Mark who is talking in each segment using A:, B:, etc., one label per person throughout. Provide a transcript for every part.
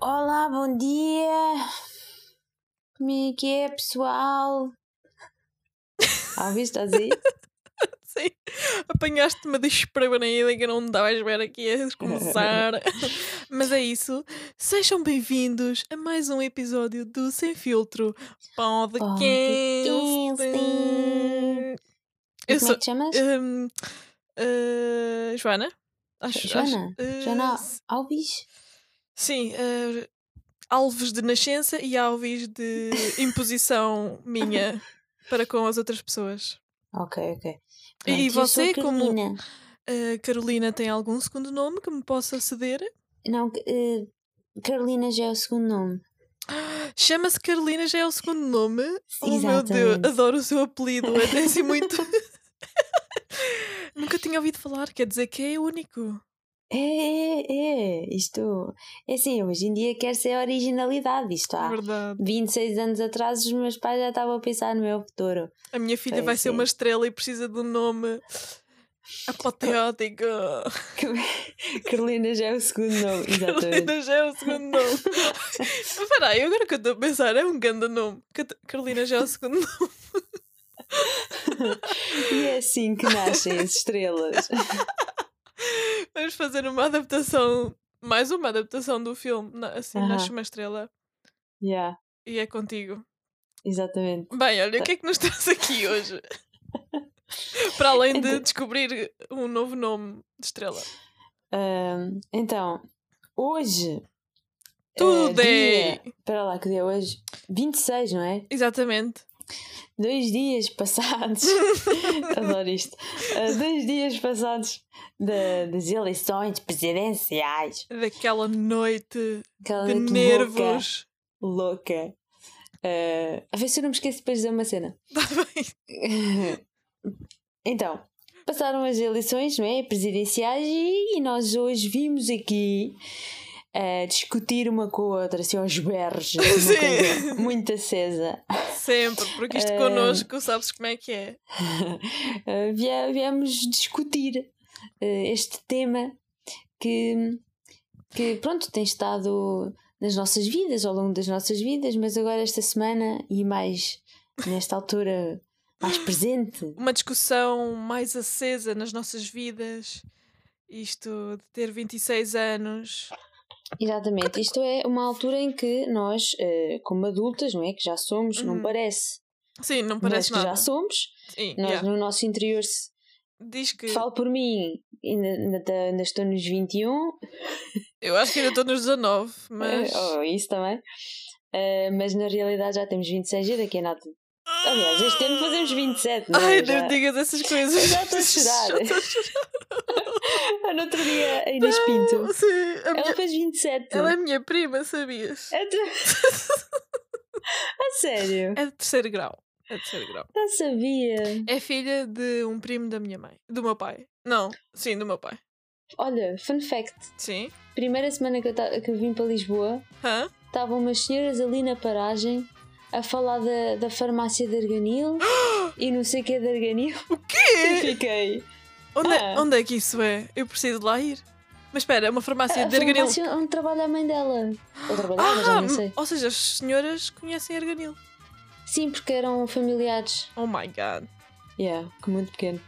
A: Olá, bom dia. Como é que é, pessoal? Ah, viste, estás aí?
B: Sim, apanhaste-me desprevenida que eu não estava a esperar que ias começar. Mas é isso. Sejam bem-vindos a mais um episódio do Sem Filtro Podcast.
A: Podcast. Como é
B: Eu sou
A: que te chamas?
B: hum, eh, Joana? Acho,
A: Joana?
B: acho- eh,
A: Joana Alves?
B: Sim, eh, alves de nascença e alves de imposição minha para com as outras pessoas.
A: Ok, ok.
B: E
A: Pronto, eu sou a
B: você, como-
A: Carolina.
B: Eh, Carolina tem algum segundo nome que me possa ceder?
A: Não, eh, Carolina já é o segundo nome.
B: Chama-se Carolina, já é o segundo nome. Oh meu Deus,
A: Exatamente.
B: adoro o seu apelido, até assim muito. Nunca tinha ouvido falar, quer dizer que é único.
A: É, é, é. Isto. É assim, hoje em dia quer ser originalidade. Isto
B: É
A: há
B: verdade.
A: 26 anos atrás, os meus pais já estavam a pensar no meu futuro.
B: A minha filha
A: Pois
B: vai ser
A: é.
B: uma estrela e precisa de um nome apoteótico.
A: Carolina já é o segundo nome, exatamente.
B: Carolina já é o segundo nome. Espera aí, agora que eu estou a pensar, é um grande nome. Cat- Carolina já é o segundo nome.
A: E é assim que nascem as estrelas.
B: Vamos fazer uma adaptação, mais uma adaptação do filme. na- Assim,
A: Aham.
B: nasce uma estrela
A: Yeah,
B: e é contigo.
A: exatamente.
B: Bem, olha, o que é que nos traz aqui hoje? Para além de
A: Então- É
B: descobrir um novo nome de estrela.
A: Ahm, então, hoje. eh,
B: Today!
A: dia- Espera lá, que dia é hoje? 26, não é?
B: Exatamente.
A: Dois dias passados. Adoro isto. Ah, dois dias passados da- das eleições presidenciais.
B: Daquela noite
A: Aquela
B: de
A: noite
B: nervos.
A: Louca. louca. Ah, a ver se eu não me esqueço depois de dizer uma cena.
B: Tá bem.
A: Então, passaram as eleições não é? presidenciais e, e nós hoje vimos aqui a discutir uma com a outra, assim, aos berros, assim, uma
B: Sim.
A: coisa muito acesa.
B: Sempre, porque isto
A: Eh,
B: connosco sabes como é que é.
A: Eh, vie- viemos discutir eh, este tema que, que, pronto, tem estado nas nossas vidas, ao longo das nossas vidas, mas agora esta semana e mais nesta altura mais presente,
B: Uma discussão mais acesa nas nossas vidas. Isto de ter 26 anos.
A: Exatamente, isto é uma altura em que nós, eh, como adultas, não é? Que já somos,
B: Uhum.
A: não parece,
B: Sim, não
A: mas
B: parece
A: que
B: nada.
A: já somos,
B: Sim,
A: nós
B: yeah.
A: no nosso interior, se-
B: Diz que.
A: falo por mim, ainda, ainda, ta- ainda estou nos 21,
B: Eu acho que ainda estou nos 19, mas.
A: eh, ou isso também, eh, mas na realidade já temos 26 e daqui a nada. Aliás, este ano fazemos 27, não é?
B: Ai,
A: já...
B: não digas essas coisas.
A: Eu já estou a chorar.
B: Já estou a
A: Ah, no outro dia, a
B: Ah,
A: Inês Pinto,
B: Sim, a minha-
A: ela É. fez 27.
B: ela é minha prima, sabias?
A: Eu tô- A sério,
B: É de terceiro grau. É de terceiro grau.
A: não sabia.
B: É filha de um primo da minha mãe. Do meu pai. Não, sim, do meu pai.
A: Olha, fun fact.
B: Sim.
A: Primeira semana que eu, ta- que eu vim para Lisboa,
B: Hã?
A: estavam umas senhoras ali na paragem a falar da, da farmácia de Arganil e não sei o que é de Arganil.
B: O
A: E
B: quê?
A: fiquei.
B: Onde, é-
A: Ah.
B: onde é que isso é? Eu preciso de lá ir. Mas espera, é uma farmácia
A: a
B: de Arganil.
A: Ah, farmácia onde trabalha a um mãe dela. Ou trabalhava, já
B: Ah,
A: não sei.
B: ou seja, as senhoras conhecem Arganil.
A: Sim, porque eram familiares.
B: Oh my god.
A: Yeah, com muito pequeno.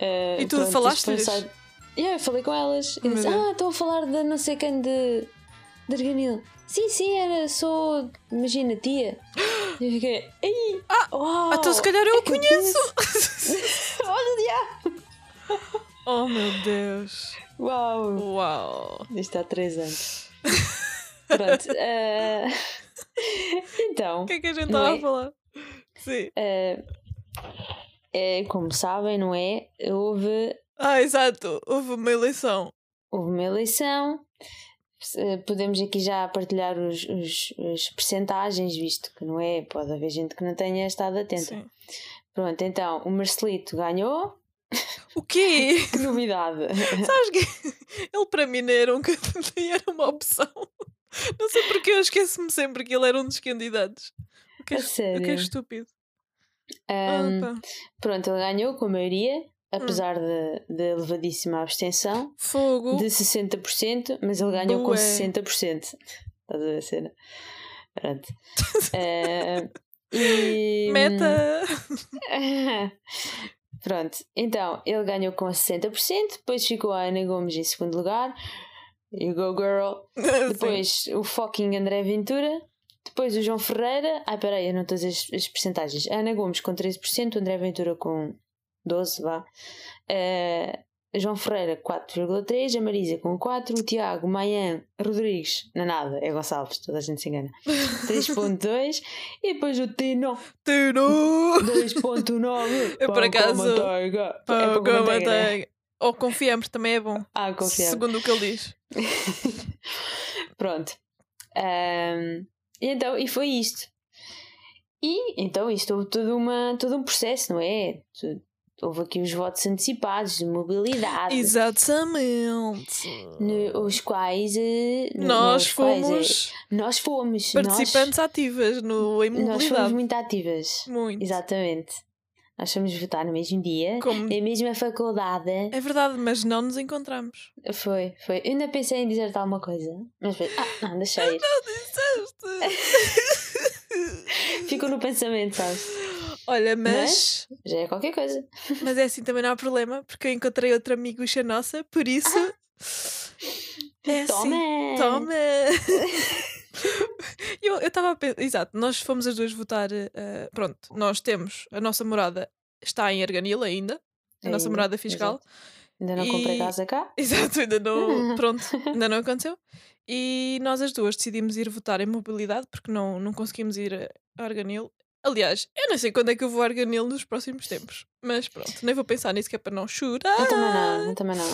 A: Eh,
B: E tu
A: pronto,
B: falaste-lhes? Oh,
A: depois sai- Yeah, eu falei com elas. E
B: Meu
A: disse,
B: Deus.
A: ah, estou a falar de não sei quem de, de Arganil. Sim, sim, era, sou, imagina, tia. E eu fiquei, ei, ah, uau,
B: então se calhar eu a
A: é que eu
B: conheço.
A: Olha, diabo!
B: oh meu Deus.
A: Uau!
B: Uau.
A: Isto há 3 anos. Pronto. eh, Então,
B: O que é que a gente
A: Não
B: estava
A: é?
B: a falar? Sim.
A: eh, eh, como sabem, não é? Houve,
B: Ah, exato. Houve uma eleição.
A: houve uma eleição. Eh, Podemos aqui já partilhar os, os, as percentagens, visto que não é? Pode haver gente que não tenha estado atenta.
B: Sim.
A: Pronto, então, o Marcelito ganhou.
B: O quê?
A: Que novidade!
B: Sabes que ele para mim não era um candidato, nem era uma opção. Não sei porque eu esqueço-me sempre que ele era um dos candidatos. O que é,
A: A
B: es- o que é
A: sério? Hum,
B: estúpido.
A: Ahm,
B: Ah, pá.
A: pronto, ele ganhou com a maioria,
B: Hum.
A: apesar da- da
B: Tipo,
A: elevadíssima abstenção.
B: Fogo.
A: de 60%, mas ele ganhou com
B: Bué.
A: 60%. Estás a ver a cena? Pronto. Eh, e-
B: Meta!
A: Pronto, então ele ganhou com 60%, depois ficou a Ana Gomes em segundo lugar. You go, girl.
B: Sim.
A: Depois o fucking André Ventura. Depois o João Ferreira. Ai, peraí, eu não estou a dizer as, as percentagens. A Ana Gomes com 13%, o André Ventura com 12%, vá. Eh, João Ferreira 4,3%, a Marisa com 4%, o Tiago, Mayan, Rodrigues, não é nada, é Gonçalves, toda a gente se engana, 3,2%, e depois o Tino,
B: Turu!
A: 2.9
B: Eu, por
A: Pão
B: acaso,
A: com manteiga.
B: Pá,
A: é
B: o
A: pão com
B: Goma
A: manteiga, né?
B: tem- Ou confiamos, também é bom.
A: ah confiamos
B: Segundo o que ele diz.
A: pronto Ahm, e então e foi isto e então isto houve todo, uma, todo um processo não é Tu- houve aqui os votos antecipados de mobilidade
B: Exatamente.
A: no- os quais eh, no-
B: Nós
A: nos quais, eh,
B: fomos
A: nós fomos nós-
B: participantes ativas no em
A: nós, fomos
B: mobilidade.
A: muito ativas
B: Muito.
A: exatamente nós fomos votar no mesmo dia
B: Como-
A: na mesma faculdade
B: É verdade, mas não nos encontramos.
A: Foi, foi. Eu ainda pensei em dizer-te alguma coisa, mas depois, ah, não, deixa ir. Ficou no pensamento, sabes?
B: Olha, mas,
A: Já é qualquer coisa.
B: mas é assim, também não há problema, porque eu encontrei outra amigucha nossa, por isso.
A: Ah,
B: É
A: Toma!
B: assim. Toma! eu estava a pensar, exato, nós fomos as duas votar. eh, pronto, nós temos, a nossa morada está em Arganil ainda, a é nossa
A: Ainda,
B: morada fiscal.
A: Ainda não
B: E-
A: comprei casa cá?
B: Exato, ainda
A: Uhum.
B: não. Pronto, ainda não aconteceu. E nós as duas decidimos ir votar em mobilidade porque não, não conseguimos ir a Arganil. Aliás, eu não sei quando é que eu vou a Arganil nos próximos tempos. Mas pronto, nem vou pensar nisso que é para não chorar.
A: Eu também não,
B: Ah,
A: eu também não.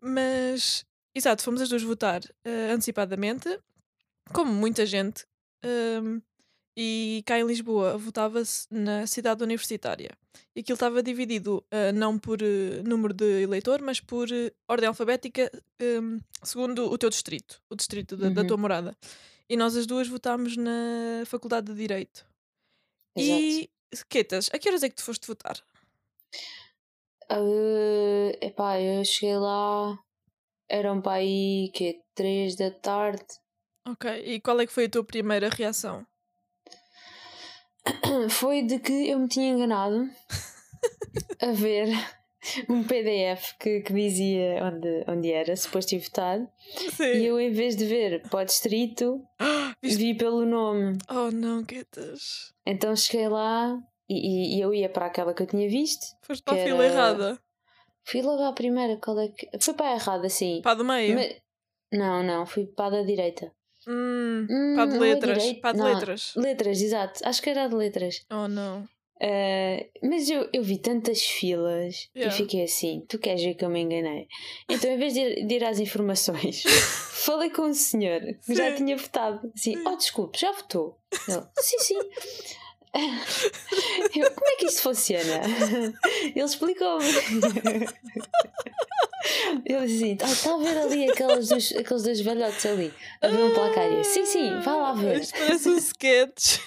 B: Mas, exato, fomos as duas votar eh, antecipadamente, como muita gente. ehm, e cá em Lisboa votava-se na cidade universitária. E aquilo estava dividido eh, não por eh, número de eleitor, mas por eh, ordem alfabética ehm, segundo o teu distrito, o distrito da, da
A: Uhum.
B: tua morada. E nós as duas votámos na Faculdade de Direito.
A: Exato.
B: E, Quetas, a que horas é que tu foste votar?
A: Ah, epá, eu cheguei lá, eram para aí, quê? 3 da tarde.
B: Ok, e qual é que foi a tua primeira reação?
A: Foi de que eu me tinha enganado a ver um PDF que, que dizia onde, onde era, suposto ir votar. E eu, em vez de ver para o distrito,
B: Viste-
A: vi pelo nome.
B: Oh não, Quetas.
A: Então cheguei lá e, e- e eu ia para aquela que eu tinha visto.
B: Foste para
A: Que
B: a fila
A: era-
B: errada.
A: Fui logo à primeira, qual é que. Foi para a errada, sim.
B: Para a do meio.
A: Mas- Não, não, fui para a da direita.
B: Hum,
A: Hum,
B: para a de
A: não é
B: letras.
A: direita,
B: Para a de
A: não.
B: letras.
A: Letras, exato. Acho que era a de letras.
B: Oh não.
A: Eh, mas eu, eu vi tantas filas
B: Yeah.
A: e fiquei assim: tu queres ver que eu me enganei? Então, em vez de ir, de ir às informações, falei com o senhor que já
B: Sim.
A: tinha votado. Assim: oh, desculpe, já votou? Ele, sim, sim. Eu, como é que isto funciona? Ele explicou-me. Ele disse assim: "Ah, está a ver ali aqueles dois, aqueles dois velhotes ali, a ver um placar. E eu, Sim, sim, vá lá ver.
B: Ah, Isto parece um sketch.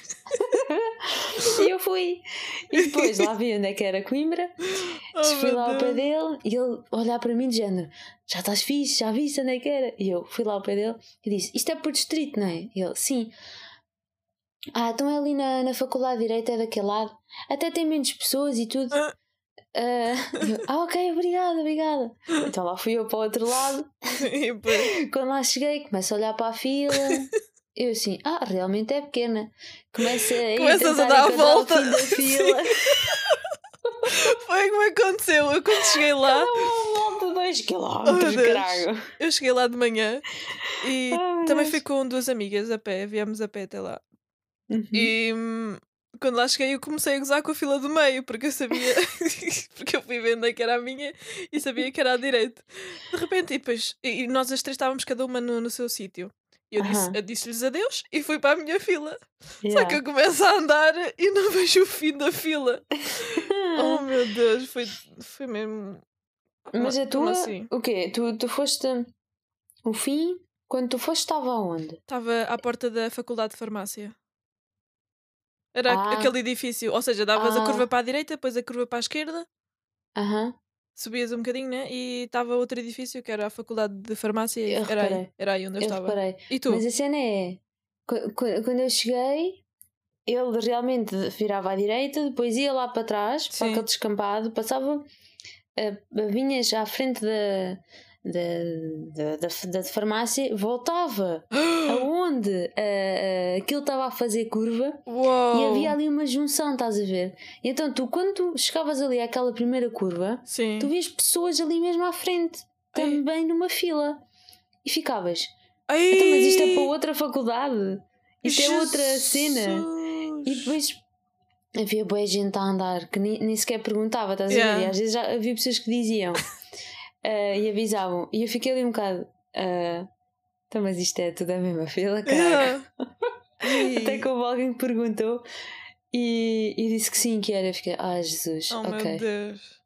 A: E eu fui. E depois lá vi onde é que era Coimbra.
B: Oh,
A: fui
B: meu
A: lá ao pé
B: Deus.
A: dele e ele olhar para mim de género: Já estás fixe, já viste onde é que era? E eu fui lá ao pé dele e disse: Isto é por distrito, não é? E ele: Sim. Ah, então é ali na, na faculdade de Direito, é daquele lado. Até tem menos pessoas e tudo.
B: Ah.
A: Ah, eu, ah, ok, obrigada, obrigada. Então lá fui eu para o outro lado.
B: E depois-
A: Quando lá cheguei, começo a olhar para a fila. Eu assim, ah, realmente é pequena. Começa a ir
B: Começas a
A: tentar
B: dar a
A: encontrar o
B: volta.
A: fim da
B: Sim.
A: fila.
B: Foi como aconteceu. Eu quando cheguei lá,
A: Uma volta de 2
B: Ah. Oh,
A: km,
B: meu Deus.
A: caralho.
B: eu cheguei lá de manhã e
A: Ah, meu
B: também
A: Deus.
B: fui com duas amigas a pé, viemos a pé até lá.
A: Uhum.
B: E hum, quando lá cheguei, eu comecei a gozar com a fila do meio, porque eu sabia, porque eu fui vendo a que era a minha e sabia que era a direita. De repente, e depois, e e nós as três estávamos cada uma no, no seu sítio. E eu disse-
A: Aham.
B: eu disse-lhes adeus e fui para a minha fila. Só
A: Yeah.
B: que eu começo a andar e não vejo o fim da fila. Oh meu Deus, foi, foi mesmo.
A: Mas a
B: Como
A: tua,
B: assim?
A: o quê? Tu, tu foste o fim, quando tu foste estava onde?
B: Estava à porta da Faculdade de Farmácia. Era
A: Ah.
B: aquele edifício, ou seja, davas a
A: Ah.
B: curva para a direita, depois a curva para a esquerda.
A: Aham.
B: subias um bocadinho, né? E estava outro edifício que era a faculdade de farmácia. e
A: Eu
B: era, aí,
A: reparei.
B: era aí onde eu,
A: Eu
B: estava.
A: reparei.
B: E tu?
A: Mas a cena é, qu- qu- quando eu cheguei, ele realmente virava à direita, depois ia lá para trás, para
B: Sim.
A: aquele descampado, passava eh, vinhas à frente da, da, da, da, da farmácia, voltava aonde eh, eh, aquilo estava a fazer curva.
B: Uou!
A: E havia ali uma junção, estás a ver? E então tu, quando tu chegavas ali àquela primeira curva,
B: Sim.
A: tu vias pessoas ali mesmo à frente,
B: Ai.
A: também numa fila. E ficavas,
B: Ai,
A: então, mas isto é para outra faculdade, isto é outra cena. E depois havia boa gente a andar que nem, nem sequer perguntava, estás a ver?
B: Yeah.
A: E às vezes já havia pessoas que diziam eh, e avisavam. E eu fiquei ali um bocado, eh, então, mas isto é tudo a mesma fila, caralho. Até que houve alguém que perguntou e, e disse que sim, que era. Eu Fiquei, ah, Jesus,
B: Oh meu
A: ok.
B: Deus.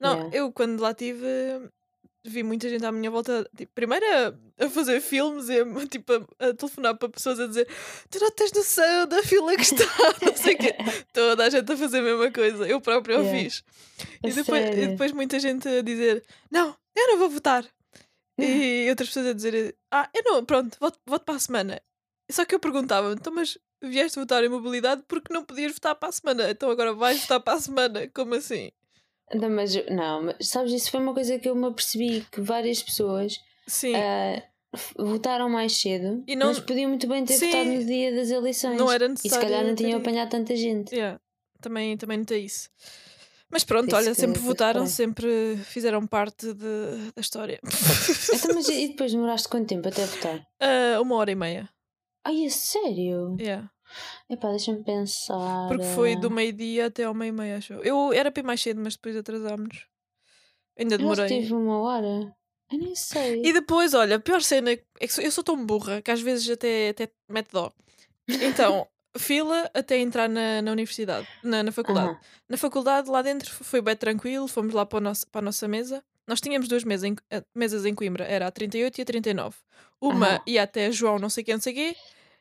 B: Não,
A: Yeah.
B: eu quando lá estive vi muita gente à minha volta, tipo, primeiro a, a fazer filmes e a, tipo, a, a telefonar para pessoas a dizer tu não tens noção da fila que está, não sei o quê. Toda a gente a fazer a mesma coisa, eu própria o
A: Yeah.
B: fiz.
A: A
B: E depois, e
A: sério.
B: depois muita gente a dizer não, eu não vou votar. E outras pessoas a dizer ah, eu não, pronto, voto, voto para a semana. Só que eu perguntava então, mas vieste votar em mobilidade porque não podias votar para a semana, então agora vais votar para a semana, como assim?
A: Não, mas, não, mas sabes, isso foi uma coisa que eu me apercebi que várias pessoas
B: Sim.
A: ah, f- votaram mais cedo,
B: E não-
A: mas podiam muito bem ter
B: Sim.
A: votado no dia das eleições.
B: Não era
A: e se
B: necessário.
A: calhar não
B: ter
A: tinham
B: ido.
A: apanhado tanta gente.
B: Yeah. Também, também notei isso. Mas pronto,
A: Isso
B: olha,
A: que-
B: sempre
A: que
B: votaram,
A: reparei.
B: sempre fizeram parte de- da história.
A: Então, mas e depois demoraste quanto tempo até votar?
B: Ah, uma hora e meia.
A: Ai, é sério?
B: Yeah.
A: Epá, deixa-me pensar.
B: Porque foi do meio-dia até ao meio-meia, acho eu. Eu era para ir mais cedo, mas depois atrasámos. Ainda
A: Eu acho que
B: demorei.
A: teve uma hora. Eu nem sei.
B: E depois, olha, a pior cena é que sou- eu sou tão burra que às vezes até, até mete dó. Então, fila até entrar na, na universidade, na, na faculdade.
A: Aham.
B: Na faculdade, lá dentro, f- foi bem tranquilo. Fomos lá para a nossa, para a nossa mesa. Nós tínhamos duas mesas em, eh, mesas em Coimbra. Era a 38 e a 39. Uma
A: Aham.
B: ia até João não sei quem, não sei quê.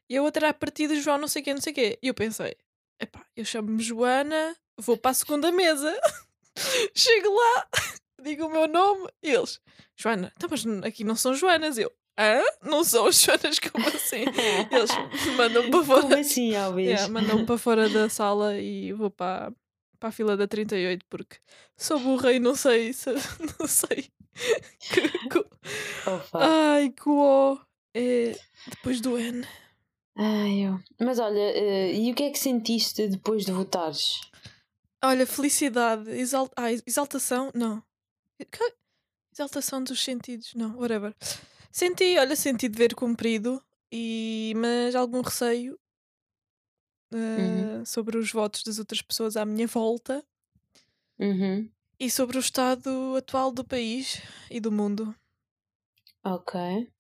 B: E a outra era a partir de João não sei quem, não sei quê. E eu pensei, epá, eu chamo-me Joana, vou para a segunda mesa. Chego lá, digo o meu nome. E eles, Joana, então mas n- aqui não são Joanas. Eu, hã? Não são as Joanas, como assim? Eles um mandam para fora.
A: Como assim, Alves?
B: Yeah, mandam-me É, para fora da sala e vou para, para a fila da 38 porque sou burra e não sei se- não sei que- que-
A: Opa.
B: ai que o é depois do N
A: Ai, eu. Mas olha, eh, e o que é que sentiste depois de votares?
B: olha felicidade exal, ah, ex- exaltação não Que- exaltação dos sentidos não whatever senti olha senti dever cumprido e mas algum receio eh,
A: Uhum.
B: sobre os votos das outras pessoas à minha volta
A: Uhum.
B: E sobre o estado atual do país e do mundo.
A: Ok.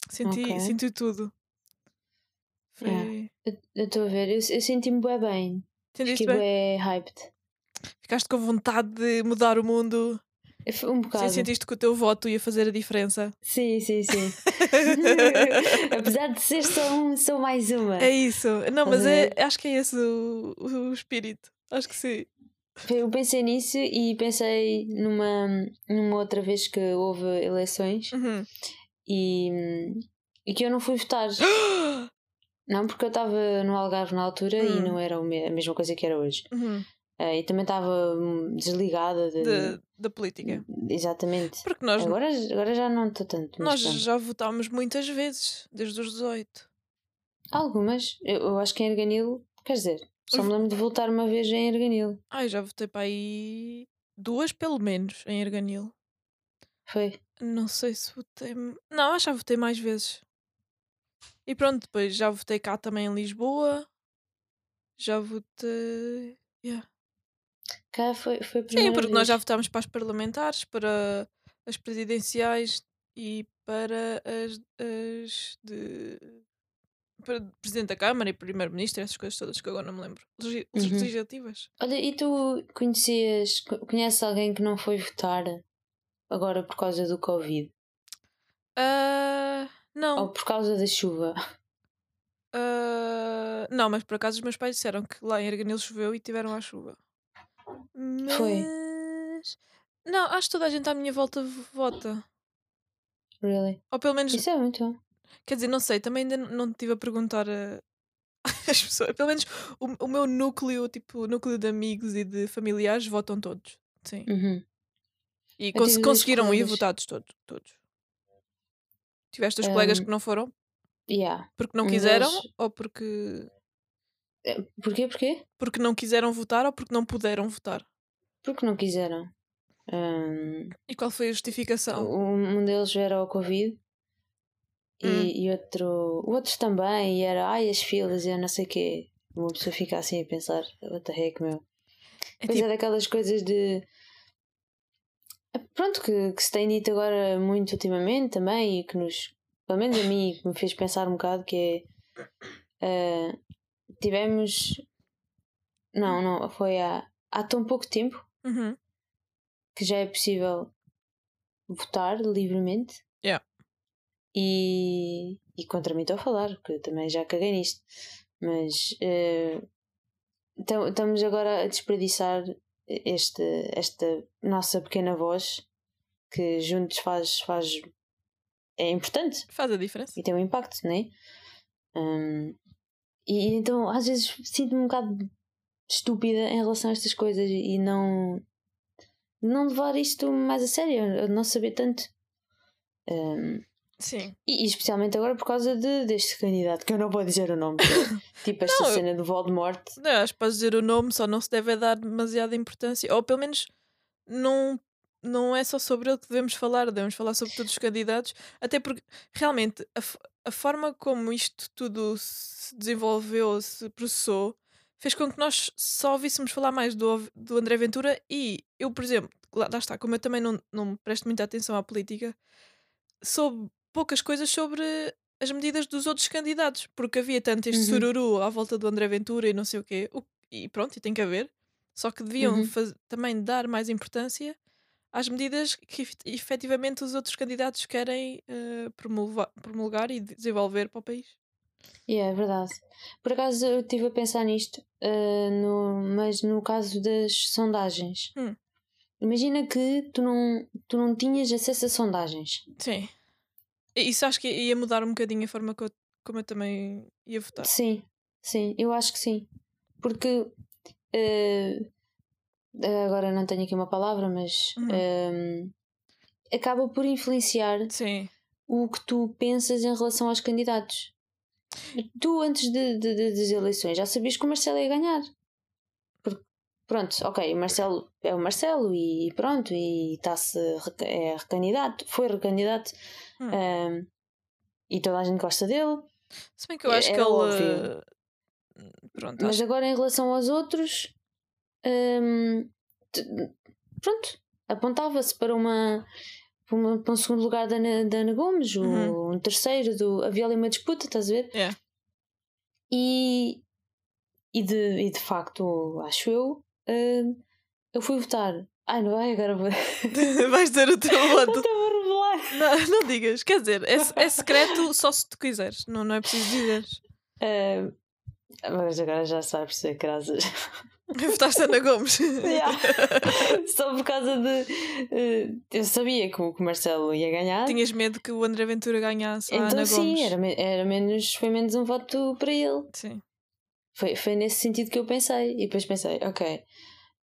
B: Senti,
A: Ok.
B: senti tudo. Foi.
A: Yeah. Eu estou a ver, eu, eu senti-me bué bem.
B: Sentiste
A: Fiquei
B: bem?
A: bué hyped.
B: Ficaste com vontade de mudar o mundo.
A: Eu fui Um bocado.
B: Sim, sentiste que o teu voto ia fazer a diferença.
A: Sim, sim, sim. Apesar de ser só um, sou mais uma.
B: é isso. Não,
A: Estás
B: mas
A: a
B: é, acho que é esse o, o espírito. Acho que sim.
A: Eu pensei nisso e pensei numa, numa outra vez que houve eleições
B: Uhum.
A: e, e que eu não fui votar. Não, porque eu estava no Algarve na altura e
B: Hum.
A: não era o me- a mesma coisa que era hoje.
B: Uhum.
A: Eh, e também estava hum, desligada de.
B: Da- da política.
A: Exatamente.
B: Porque nós,
A: Agora, agora já não estou tanto. Mas
B: nós
A: pronto.
B: já votámos muitas vezes, desde os 18.
A: Algumas. Eu, eu acho que em Erganil. Quer dizer, só me lembro de voltar uma vez em Erganil.
B: Ai, já votei para aí duas, pelo menos, em Erganil.
A: Foi.
B: Não sei se votei. Não, acho que já votei mais vezes. E pronto, depois já votei cá também em Lisboa. Já votei. Yeah.
A: Cá foi, foi a
B: Sim,
A: primeira
B: porque nós
A: vez.
B: já votámos para as parlamentares, para as presidenciais e para as, as de. Para Presidente da Câmara e Primeiro-Ministro, essas coisas todas que eu agora não me lembro. Legi-
A: Uhum.
B: Legislativas?
A: Olha, e tu conhecias. co- Conheces alguém que não foi votar agora por causa do Covid?
B: Ah, não.
A: Ou por causa da chuva?
B: Ah, não, mas por acaso os meus pais disseram que lá em Erganil choveu e tiveram à chuva.
A: Foi.
B: Mas... Não, acho que toda a gente à minha volta vota.
A: Really?
B: Ou pelo menos,
A: Isso é muito bom.
B: quer dizer, não sei, também ainda n- não estive a perguntar a, As pessoas, pelo menos o, o meu núcleo, tipo, o núcleo de amigos e de familiares, votam todos. Sim.
A: Uhum.
B: E
A: tive
B: cons-
A: duas
B: conseguiram
A: então
B: ir
A: colegas.
B: votados todos. todos. Tiveste os
A: Ahm,
B: colegas que não foram?
A: Yeah.
B: Porque não
A: um
B: quiseram?
A: deles-
B: Ou porque,
A: Porquê? Porquê?
B: porque não quiseram votar ou porque não puderam votar?
A: Porque não quiseram. Ahm,
B: E qual foi a justificação?
A: um um deles era o Covid e,
B: Hum.
A: e outro, o outro também, e era ai as filas e eu não sei o quê. Uma pessoa fica assim a pensar, what the heck, meu.
B: É
A: Pois é
B: tipo,
A: daquelas coisas de. Pronto, que, que se tem dito agora muito ultimamente também e que nos. Pelo menos a mim, que me fez pensar um bocado, que é. eh, tivemos. Não, não, foi há, há tão pouco tempo
B: uhum.
A: que já é possível votar livremente.
B: Yeah.
A: E, e contra mim estou a falar, que eu também já caguei nisto. Mas eh, tam- estamos agora a desperdiçar este, esta nossa pequena voz que juntos faz, faz é importante
B: faz a diferença.
A: e tem um impacto, não é? Hum, e então às vezes sinto-me um bocado estúpida em relação a estas coisas e não não levar isto mais a sério, não saber tanto. Hum,
B: Sim.
A: e, e especialmente agora por causa de, deste candidato, que eu não vou dizer o nome, tipo esta
B: Não, eu-
A: cena do Voldemort.
B: Não, acho que podes dizer o nome, só não se deve dar demasiada importância. Ou pelo menos não, não é só sobre ele que devemos falar, devemos falar sobre todos os candidatos, até porque realmente a, f- a forma como isto tudo se desenvolveu, se processou, fez com que nós só ouvíssemos falar mais do, Ov- do André Ventura e eu, por exemplo, lá, lá está, como eu também não, não presto muita atenção à política, soube poucas coisas sobre as medidas dos outros candidatos, porque havia tanto este
A: Uhum.
B: sururu à volta do André Ventura e não sei o quê, o- e pronto, e tem que haver. Só que deviam
A: Uhum.
B: faz- também dar mais importância às medidas que ef- efetivamente os outros candidatos querem eh, promulva- promulgar e desenvolver para o país.
A: Yeah, é verdade. Por acaso eu estive a pensar nisto, ah, no- mas no caso das sondagens.
B: Hum.
A: Imagina que tu não, tu não tinhas acesso a sondagens.
B: Sim. E Isso acho que ia mudar um bocadinho a forma que eu- como eu também ia votar.
A: Sim, sim, eu acho que sim. Porque ah, agora não tenho aqui uma palavra, mas ah, acaba por influenciar
B: Sim.
A: o que tu pensas em relação aos candidatos. Tu, antes de, de- de- das eleições, já sabias que o Marcelo ia ganhar. Porque, pronto, ok, o Marcelo é o Marcelo e pronto, e está-se reca- é recandidato, foi recandidato
B: Hum.
A: ahm, e toda a gente gosta dele.
B: Se bem que eu
A: É-
B: acho que
A: era
B: ele.
A: óbvio.
B: eh, Pronto,
A: Mas
B: acho
A: agora, em relação aos outros, ahm, t- pronto, apontava-se para uma. Para, uma- para um segundo lugar da Ana, da Ana Gomes, o-
B: Uhum.
A: um terceiro do. Havia ali uma disputa, estás a ver?
B: É.
A: E, e, de, e de facto, acho eu, hum, eu fui votar. Ai, não vai? Agora vou.
B: Vais dizer o teu voto.
A: Estou a revelar.
B: Não, não digas, quer dizer, é, é secreto só se tu quiseres, não, não é preciso dizeres.
A: Hum, mas agora já se vai perceber, graças.
B: Votaste Ana Gomes.
A: Yeah. Só por causa de. eh, eu sabia que o que o Marcelo ia ganhar.
B: Tinhas medo que o André Ventura ganhasse a
A: então,
B: Ana Gomes.
A: sim, era, me- era menos, foi menos um voto para ele.
B: Sim.
A: Foi, foi nesse sentido que eu pensei. E depois pensei, ok.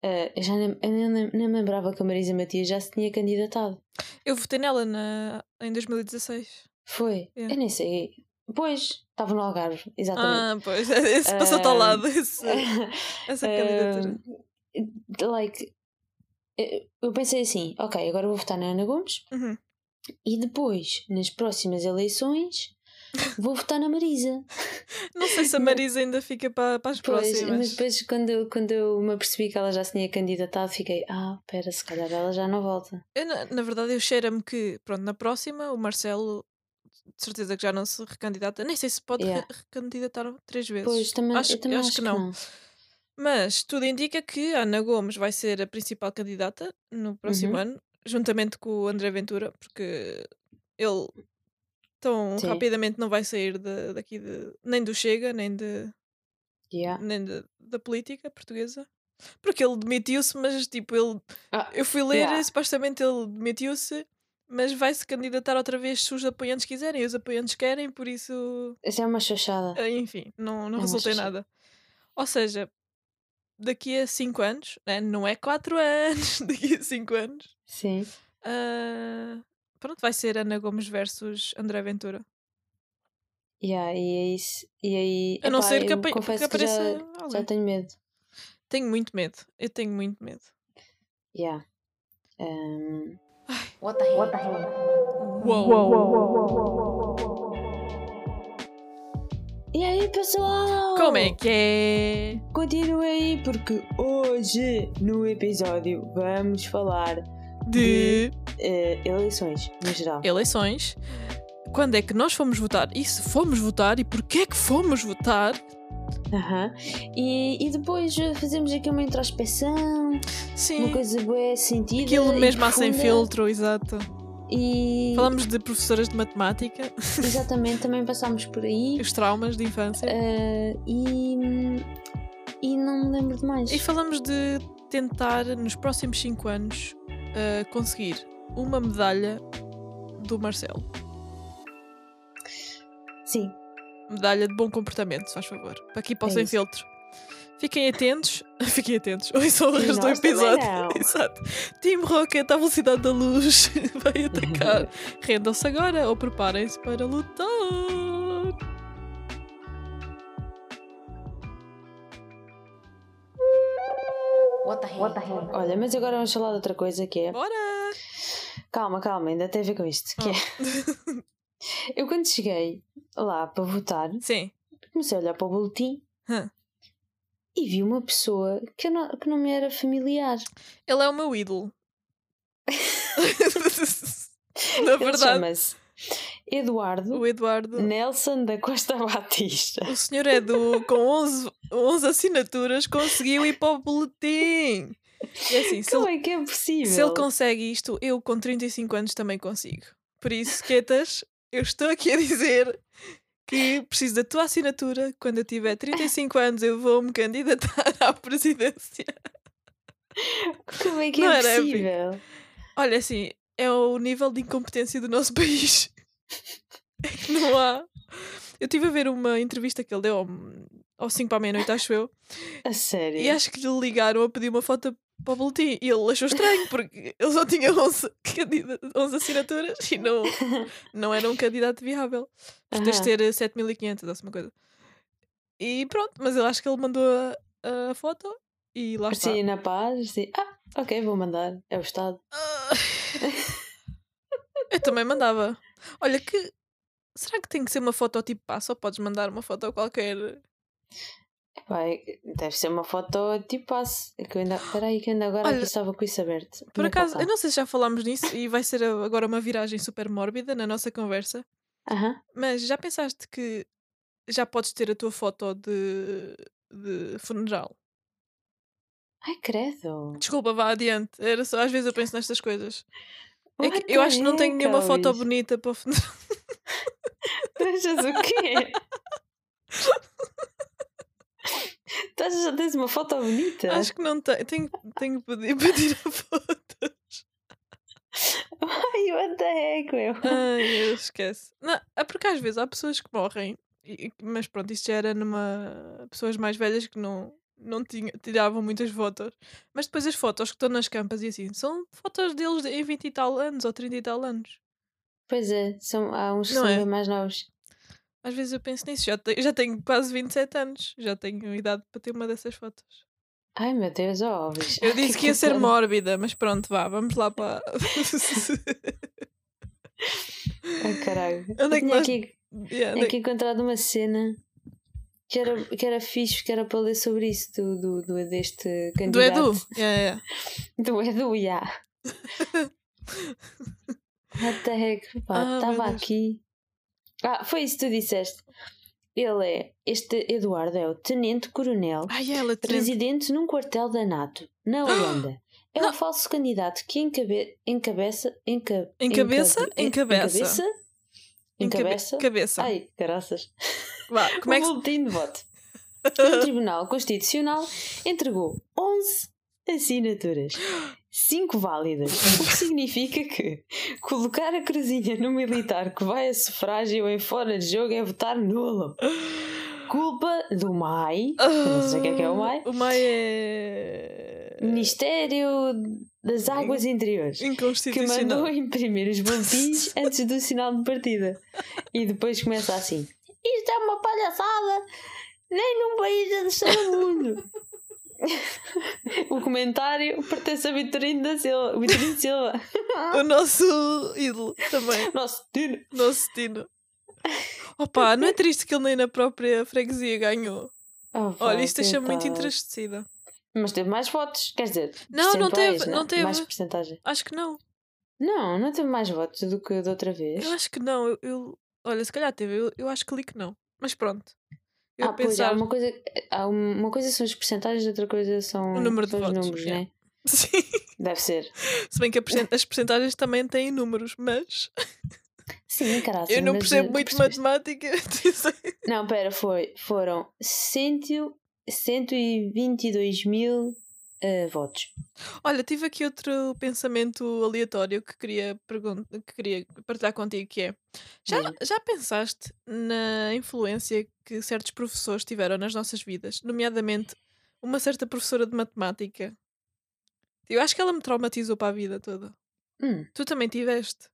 A: eh, eu já nem, eu nem, nem me lembrava que a Marisa Matias já se tinha candidatado.
B: Eu votei nela na, em 2016.
A: Foi?
B: Yeah.
A: Eu nem sei. Pois, estava no Algarve, exatamente.
B: Ah, pois, esse passou-te ao
A: Ah,
B: lado, esse- essa candidatura.
A: Ah, like, eh, eu pensei assim, ok, agora vou votar na Ana Gomes
B: Uhum.
A: e depois, nas próximas eleições, vou votar na Marisa.
B: Não sei se a Marisa ainda fica para, para as
A: Pois, mas
B: próximas.
A: depois quando eu, quando eu me apercebi que ela já se tinha candidatado, fiquei, ah, pera, se calhar ela já não volta.
B: Eu, na, na verdade, eu cheiro-me que, pronto, na próxima, o Marcelo, de certeza que já não se recandidata. Nem sei se pode re-
A: Yeah.
B: recandidatar três vezes.
A: Pois, também,
B: acho,
A: eu também
B: acho que não. Mas tudo indica que a Ana Gomes vai ser a principal candidata no próximo
A: Uhum.
B: ano, juntamente com o André Ventura, porque ele tão
A: Sim.
B: rapidamente não vai sair da- daqui de, nem do Chega, nem, de,
A: Yeah.
B: nem de- da política portuguesa. Porque ele demitiu-se, mas tipo, ele
A: Ah,
B: eu fui ler
A: yeah.
B: e supostamente ele demitiu-se, Mas vai-se candidatar outra vez se os apoiantes quiserem. E os apoiantes querem, por isso.
A: Essa é uma chachada.
B: eh, Enfim, não, não
A: É uma
B: resulta em
A: chatice.
B: nada. Ou seja, daqui a 5 anos, né, não é 4 anos, daqui a 5 anos.
A: Sim.
B: ah, pronto, vai ser Ana Gomes versus André Ventura.
A: Yeah, e é isso. E aí.
B: A não
A: epá,
B: ser que,
A: eu
B: apa- que
A: confesso que
B: apareça
A: já,
B: alguém.
A: já tenho medo.
B: Tenho muito medo. Eu tenho muito medo.
A: Yeah. Um,
B: Uou!
A: E aí, pessoal?
B: Como é que é?
A: Continue aí, porque hoje no episódio vamos falar
B: De
A: eh, eleições, no geral.
B: eleições. Quando é que nós fomos votar? E se fomos votar? E porquê é que fomos votar?
A: Aham. E, e depois eh, fazemos aqui uma introspeção, uma
B: Sim.
A: coisa boa sentido.
B: Aquilo mesmo há sem filtro, exato.
A: E
B: Falamos de professoras de matemática,
A: exatamente, também passámos por aí.
B: os traumas de infância.
A: eh, e, e não me lembro de mais.
B: E falamos de tentar, nos próximos 5 anos, ah, conseguir uma medalha do Marcelo.
A: Sim,
B: medalha de bom comportamento, se faz favor. Para aqui para o
A: É
B: sem
A: isso.
B: filtro. Fiquem atentos, fiquem atentos, ouçam o
A: E
B: resto do
A: nós também
B: episódio.
A: não.
B: Exato. Team Rocket à velocidade da luz vai atacar. Rendam-se agora ou preparem-se para lutar.
A: olha, mas agora vamos falar de outra coisa que é.
B: Bora!
A: Calma, calma, ainda tem a ver com isto. Que
B: Ah.
A: é... Eu quando cheguei lá para votar,
B: Sim,
A: comecei a olhar para o boletim
B: Hã.
A: e vi uma pessoa que, eu não, que não me era familiar.
B: ele é o meu ídolo. Na
A: Ele
B: verdade,
A: chama-se Eduardo
B: o Eduardo.
A: Nelson da Costa Batista.
B: O senhor é do. com 11, 11 assinaturas conseguiu ir para o boletim. E assim, se ele
A: Como é que é possível?
B: Se ele consegue isto, eu com 35 anos também consigo. Por isso, Quetas, eu estou aqui a dizer que preciso da tua assinatura. Quando eu tiver 35 anos, eu vou-me candidatar à presidência.
A: Como é que
B: Não
A: é
B: era épico.
A: possível?
B: Olha, assim, é o nível de incompetência do nosso país. É que não há. Eu estive a ver uma entrevista que ele deu ao, ao 5 para a meia-noite, acho eu,
A: A sério.
B: e acho que lhe ligaram a pedir uma foto para o boletim. E ele achou estranho, porque ele só tinha 11, candida- 11 assinaturas e não, não era um candidato viável. Por teres de
A: Aham.
B: ter eh, 7500 ou assim uma coisa. E pronto, mas eu acho que ele mandou a, a foto e lá está.
A: Sim, Assim, na paz. Sim. Ah, ok, vou mandar. É o Estado.
B: Ah. eu também mandava. Olha que. Será que tem que ser uma foto tipo passo ou podes mandar uma foto qualquer?
A: Vai, deve ser uma foto tipo passe. Que eu ainda... Peraí, que eu ainda agora
B: Olha,
A: aqui estava com isso aberto.
B: Por
A: Não é
B: acaso,
A: para
B: eu
A: cá.
B: não sei se já falámos nisso e vai ser a- agora uma viragem super mórbida na nossa conversa.
A: Aham.
B: Mas já pensaste que já podes ter a tua foto de, de funeral?
A: Ai, credo.
B: Desculpa, vá adiante. Era só, às vezes eu penso nestas coisas. É
A: What
B: que eu
A: the
B: acho que não tenho
A: heck,
B: nenhuma foto
A: Alice?
B: bonita para o funeral.
A: Tu achas o quê? tu achas que tens uma foto bonita?
B: Acho que não tenho. Tenho, tenho que pedir, pedir a foto.
A: Ai, what the heck, meu.
B: Ai, eu esqueço. Não, é porque às vezes há pessoas que morrem, e- e- mas pronto, isto já era numa. pessoas mais velhas que não, não tinha, tiravam muitas fotos. Mas depois as fotos que estão nas campas e assim, são fotos deles em 20 e tal anos ou 30 e tal anos.
A: Pois é, são, há uns que
B: Não
A: são
B: é?
A: bem mais novos.
B: Às vezes eu penso nisso, já, te- já tenho quase 27 anos, já tenho idade para ter uma dessas fotos.
A: Ai, meu Deus, ó, Elvis.
B: Eu disse que ia ser
A: mó.
B: mórbida, mas pronto, vá, vamos lá para.
A: Ai, caralho. É
B: Onde é
A: Eu
B: que
A: tinha
B: nós- é
A: aqui,
B: Yeah,
A: tinha aqui encontrado uma cena que era, que era fixe, que era para ler sobre isso, do, do, do- deste
B: do Edu.
A: candidato.
B: Yeah, yeah.
A: Do Edu, já. What the heck,
B: Ah,
A: pá, estava
B: meu Deus.
A: aqui. Ah, foi isso que tu disseste. Ele é, este Eduardo é o tenente-coronel,
B: Ai, Ah! ela tem.
A: residente num quartel da NATO, na Holanda. É
B: Não.
A: um falso candidato que encabe, encabeça. Enca,
B: Encabeça? Encabeça.
A: Encabeça? Encabeça?
B: Cabeça.
A: Ai, graças.
B: Vá, como é que
A: O
B: se
A: Um boletim de voto. O Tribunal Constitucional entregou 11 assinaturas. 5 válidas. O que significa que colocar a cruzinha no militar que vai a sufrágio em fora de jogo é votar nulo. Culpa do MAI. Não sei o que é que é o MAI.
B: Ah, O Mai é.
A: Ministério das Águas Interiores. Que mandou
B: Inconstitucional.
A: imprimir os boletins antes do sinal de partida. E depois começa assim: Isto é uma palhaçada, nem num país a descer o mundo. o comentário pertence a Vitorino da Silva. Vitorino Silva,
B: O nosso ídolo também.
A: nosso tino.
B: Nosso destino. Opa, não é triste que ele nem na própria freguesia ganhou.
A: Oh, pá,
B: Olha, isto deixa-me muito
A: coitado.
B: entristecida.
A: Mas teve mais votos, quer dizer,
B: Não, não teve,
A: percentuais, né?
B: não teve.
A: Mais percentagem.
B: Acho que não.
A: Não, não teve mais votos do que da outra vez.
B: Eu acho que não. Eu, eu- Olha, se calhar teve. Eu, eu acho que li que não. Mas pronto. Eu
A: ah, pois, há
B: pensava.
A: uma coisa, há uma coisa são as percentagens, outra coisa são,
B: O número de
A: são os
B: votos,
A: números,
B: yeah.
A: né?
B: Sim.
A: Deve ser.
B: Se bem que a percent- as percentagens também têm números, mas
A: Sim, caralho.
B: eu não percebo muito matemática.
A: Não, pera, foi, foram 100, 122 mil eh, votos.
B: Olha, tive aqui outro pensamento aleatório que queria, pergun- que queria partilhar contigo, que é já,
A: Diz-me.
B: já pensaste na influência que certos professores tiveram nas nossas vidas, nomeadamente uma certa professora de matemática? Eu acho que ela me traumatizou para a vida toda.
A: Hum,
B: Tu também tiveste?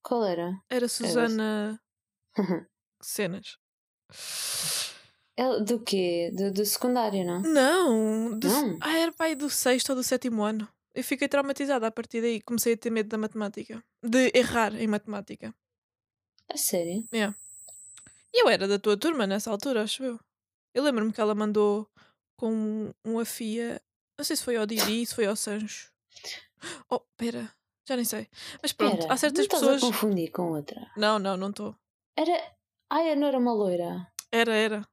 A: qual era?
B: Era Susana Cenas.
A: Ela- do quê? Do, do secundário, não?
B: Não, do-
A: Não?
B: Ah, era pai do sexto ou do sétimo ano. Eu fiquei traumatizada a partir daí. Comecei a ter medo da matemática. De errar em matemática.
A: A sério?
B: E eu era da tua turma nessa altura, acho eu. Eu lembro-me que ela mandou com um- um afia. Não sei se foi ao Didi, se foi ao Sancho. Oh, pera. Já nem sei. Mas pronto,
A: Pera,
B: há certas
A: não
B: pessoas.
A: Estás a confundir com outra.
B: Não, não, não estou.
A: Era. Ai, não era uma loira.
B: Era, era.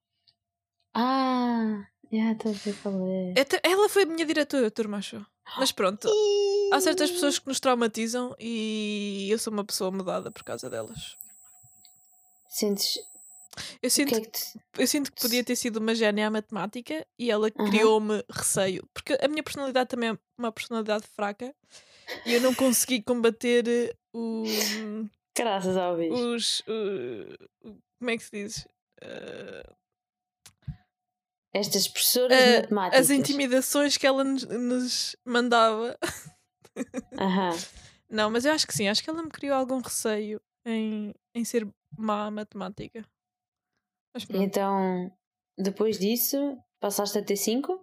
A: Ah, já estou a ver qual é.
B: Até- Ela foi a minha diretora, turma, acho. eu. Mas pronto, há certas pessoas que nos traumatizam e eu sou uma pessoa mudada por causa delas.
A: Sentes. O
B: Eu
A: que
B: sinto,
A: é que te...
B: eu sinto que podia ter sido uma gênia à matemática e ela
A: Aham.
B: criou-me receio. Porque a minha personalidade também é uma personalidade fraca e eu não consegui combater eh, o,
A: Graças ao bicho.
B: os. o- o- como é que se diz? Eh,
A: Estas professoras
B: Ah,
A: de matemáticas.
B: as intimidações que ela nos, nos mandava.
A: Aham.
B: Não, mas eu acho que sim, acho que ela me criou algum receio em, em ser má à matemática. Mas
A: E
B: pronto.
A: Então, depois disso, passaste a ter 5?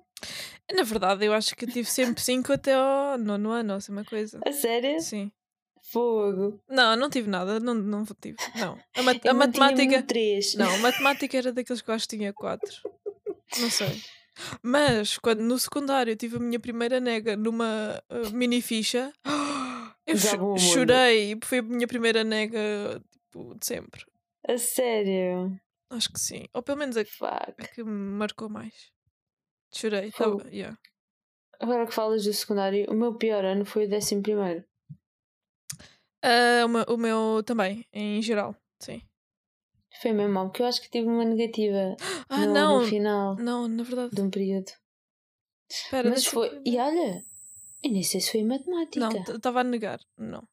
B: Na verdade, eu acho que tive sempre 5 até ao nono ano, ou assim, uma coisa.
A: A sério?
B: Sim.
A: Fogo.
B: Não, não tive nada, não, não tive. Não. A, mat-
A: Eu
B: a matemática.
A: 3.
B: Não, a matemática era daqueles que eu acho que tinha 4. Não sei. Mas quando no secundário eu tive a minha primeira nega numa uh, mini ficha, eu
A: Já
B: cho-
A: vou ao mundo.
B: chorei. Foi a minha primeira nega tipo, de sempre.
A: A sério?
B: Acho que sim. Ou pelo menos a,
A: Fuck.
B: a que me marcou mais. Chorei.
A: Fogo.
B: Tava- yeah.
A: Agora que falas do secundário, o meu pior ano foi o 11.
B: Ah, o, meu, o meu também, em geral. Sim.
A: Foi mesmo mal, porque eu acho que tive uma negativa
B: Ah,
A: no,
B: não.
A: no final
B: Não, na verdade.
A: de um período.
B: Espera,
A: Mas
B: deixa eu
A: foi. E olha, eu nem sei se foi em matemática.
B: Não, estava a negar. Não.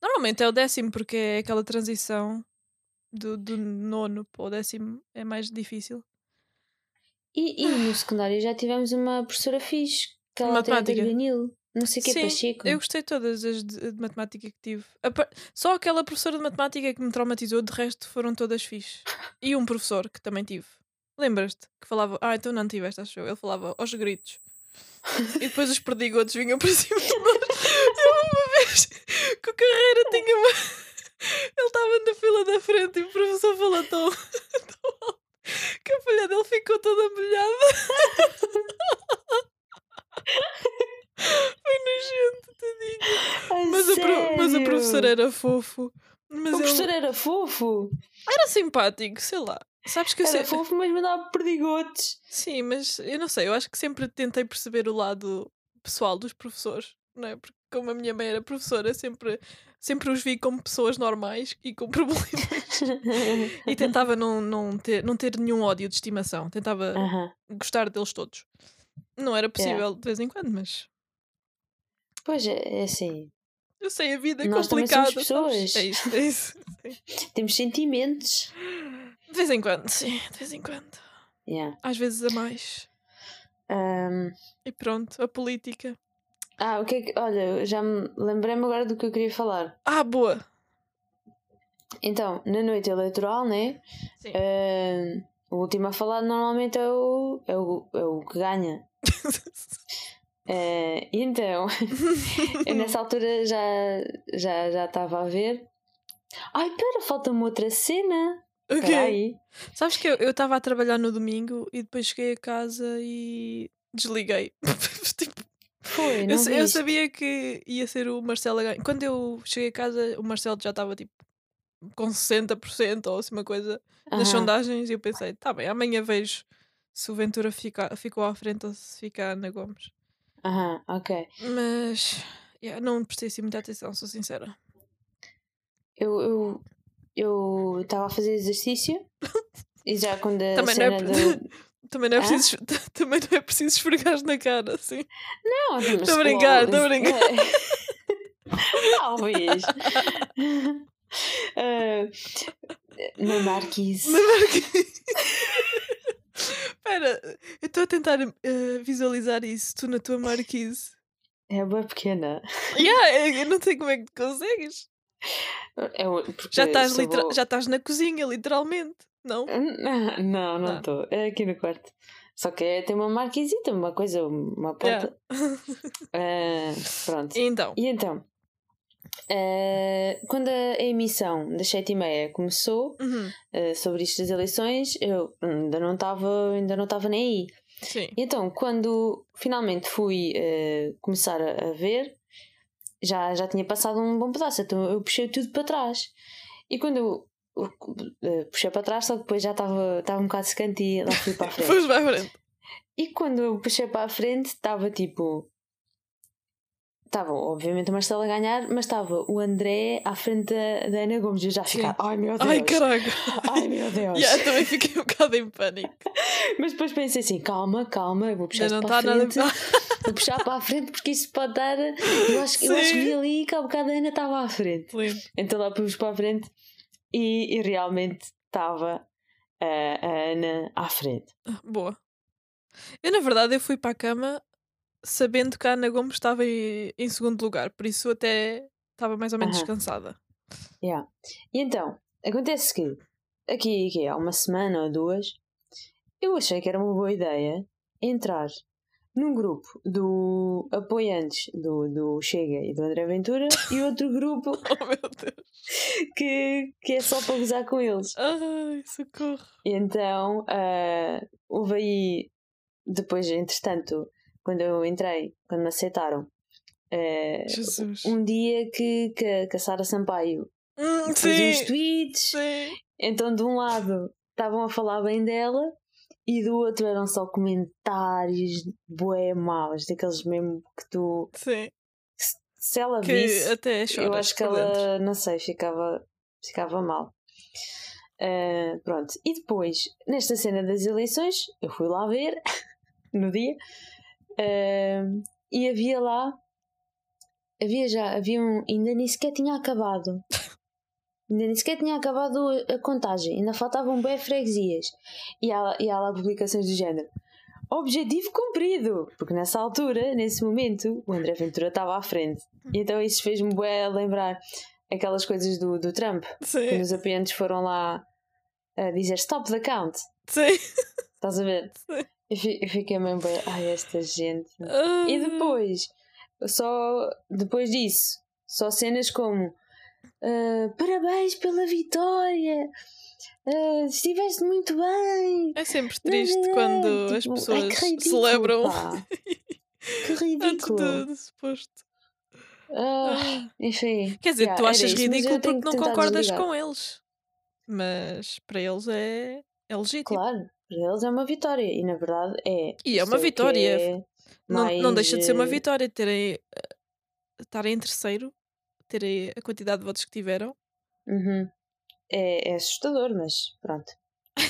B: Normalmente é o décimo, porque é aquela transição do, do nono para o décimo é mais difícil.
A: E, e no secundário já tivemos uma professora fixe, que ela
B: Matemática.
A: tem a Danilo, não sei o que, é
B: Sim,
A: Pacheco.
B: Eu gostei de todas as de, de matemática que tive. A par- Só aquela professora de matemática que me traumatizou, de resto foram todas fixe. E um professor que também tive. Lembras-te? Que falava. Ah, então não tiveste, acho eu. Ele falava aos gritos. E depois os perdigotos vinham para cima de nós. Eu uma vez que o carreira tinha uma. Ele estava na fila da frente e o professor falou tão, tão alto que a folha dele ficou toda molhada. Foi nojento, tadinho.
A: A
B: Mas a, pro- mas a
A: sério?
B: professora era fofo. Mas
A: O
B: ele
A: professor era fofo.
B: era simpático, sei lá. Sabes que eu
A: Era
B: sei.
A: fofo, mas mandava perdigotes.
B: Sim, mas eu não sei. Eu acho que sempre tentei perceber o lado pessoal dos professores, não é? Porque como a minha mãe era professora, sempre, sempre os vi como pessoas normais e com problemas. e tentava não, não, ter, não ter nenhum ódio de estimação. Tentava
A: Aham.
B: gostar deles todos. Não era possível de vez em quando, mas
A: Pois é, é assim.
B: eu sei, a vida é
A: Nós também
B: complicada.
A: somos
B: sabes?
A: pessoas.
B: É isso, é isso. Sim.
A: Temos sentimentos.
B: De vez em quando, sim, de vez em quando.
A: Yeah.
B: Às vezes a mais.
A: Ahm,
B: E pronto, a política.
A: ah, o que é que. Olha, já me lembrei-me agora do que eu queria falar.
B: Ah, boa!
A: Então, na noite eleitoral, né?
B: Sim.
A: ahm, o último a falar normalmente é o, é o, é o que ganha. Eh, então, eu nessa altura já já já estava a ver. Ai, pera, falta-me outra cena.
B: Ok.
A: Espera aí.
B: Sabes que eu estava a trabalhar no domingo e depois cheguei a casa e desliguei. Tipo,
A: Foi, não
B: eu, sa- eu
A: viste?
B: sabia que ia ser o Marcelo a ganhar. Quando eu cheguei a casa, o Marcelo já estava tipo com 60% ou assim uma coisa nas
A: Aham.
B: sondagens e eu pensei, tá bem, amanhã vejo se o Ventura fica, ficou à frente ou se fica a Ana Gomes.
A: Aham, ok.
B: Mas yeah, não prestei assim muita atenção, sou sincera.
A: Eu eu eu estava a fazer exercício e já quando a
B: Também não
A: cena
B: é pre-
A: do...
B: Também não é
A: Hã?
B: preciso, também não é preciso esfregar na cara, assim.
A: Não, tipo, mas
B: Tô a brincar, tô a brincar.
A: é. Talvez. Eh, na Marquise.
B: Na Marquise. é Espera, eu estou a tentar eh, visualizar isso, tu na tua marquise.
A: É bem pequena.
B: Yeah, eu- eu não sei como é que tu consegues.
A: É É, o- porque
B: Já estás,
A: sou
B: litera-
A: boa-
B: já estás na cozinha, literalmente. Não?
A: Não, não
B: Não.
A: estou. É aqui no quarto. Só que é, tem uma marquisita, uma coisa, uma porta. Ah, pronto.
B: Então,
A: E então, ah, quando a emissão das sete e meia começou
B: uhum,
A: ah, sobre isto das eleições, eu ainda não estava, ainda não estava nem aí.
B: sim.
A: E então, quando finalmente fui ah, começar a, a ver, já, já tinha passado um bom pedaço, então eu puxei tudo para trás. E quando eu ah, puxei para trás, só depois já estava estava um bocado secante e lá fui para a frente.
B: Depois vai à frente.
A: E quando eu puxei para a frente, estava tipo. Estava, obviamente, a Marcela a ganhar, mas estava o André à frente da, da Ana Gomes. Eu já
B: Sim.
A: ficava, ai meu Deus!
B: Ai, caraca.
A: Ai meu Deus!
B: Yeah, também fiquei um bocado em pânico.
A: Mas depois pensei assim: calma, calma, eu vou puxar
B: Ainda
A: isto
B: não
A: para a
B: está nada.
A: frente. Vou puxar para a frente porque isto pode dar. Eu acho, eu acho que
B: Sim.
A: vi ali que há bocado a Ana estava à frente.
B: Lindo.
A: Então lá pus para a frente e, e realmente estava eh, a Ana à frente.
B: Boa. Eu, na verdade, eu fui para a cama sabendo que a Ana Gomes estava em, em segundo lugar, por isso até estava mais ou menos
A: Aham.
B: descansada.
A: Yeah. E então, acontece que aqui, aqui há uma semana ou duas, eu achei que era uma boa ideia entrar num grupo do apoiantes do, do Chega e do André Ventura e outro grupo
B: Oh, meu Deus.
A: que, que é só para gozar com eles.
B: Ai, socorro.
A: E então, ah, houve aí, depois, entretanto, quando eu entrei, quando me aceitaram,
B: É,
A: ah,
B: Jesus.
A: um dia que, que, que a Sara Sampaio
B: Hum,
A: fazia os
B: sim,
A: tweets.
B: sim.
A: Então, de um lado estavam a falar bem dela e do outro eram só comentários bué maus, daqueles mesmo que tu.
B: Sim.
A: Se ela
B: Que
A: visse,
B: até
A: eu
B: choras
A: acho que
B: por
A: ela,
B: dentro.
A: não sei, ficava, ficava mal. Ah, pronto, e depois, nesta cena das eleições, eu fui lá ver no dia ah, e havia lá, havia já, havia um, ainda nem sequer tinha acabado. Ainda nem sequer tinha acabado a contagem, ainda faltavam bem freguesias. E há, lá- e há lá publicações do género. Objetivo cumprido! Porque nessa altura, nesse momento, o André Ventura estava à frente. E então isso fez-me bué lembrar aquelas coisas do, do Trump, quando
B: Sim,
A: os apoiantes foram lá a dizer stop the count.
B: sim.
A: Estás a ver?
B: Sim.
A: E fi- eu fiquei mesmo bem, ai, esta gente.
B: Ah,
A: E depois, só depois disso, só cenas como ah, parabéns pela vitória, ah, estiveste muito bem.
B: É sempre
A: Não,
B: triste
A: não, não.
B: quando as
A: Tipo,
B: pessoas
A: ai, que ridículo,
B: celebram
A: pá. Que
B: antes
A: ridículo.
B: de, de suposto.
A: Ah,
B: Ah.
A: enfim.
B: Quer dizer,
A: yeah,
B: tu
A: era
B: achas
A: isso, mas eu tenho
B: ridículo porque
A: que
B: não
A: tentar
B: concordas
A: desligar.
B: com eles. Mas para eles é, é legítimo.
A: Claro, para eles é uma vitória e na verdade é.
B: E é
A: Isto
B: uma
A: o que
B: vitória.
A: é
B: Não, não
A: mais,
B: deixa de ser uma
A: eh,
B: vitória terem, eh, estarem em terceiro, terem a quantidade de votos que tiveram.
A: Uhum. É, é assustador, mas pronto.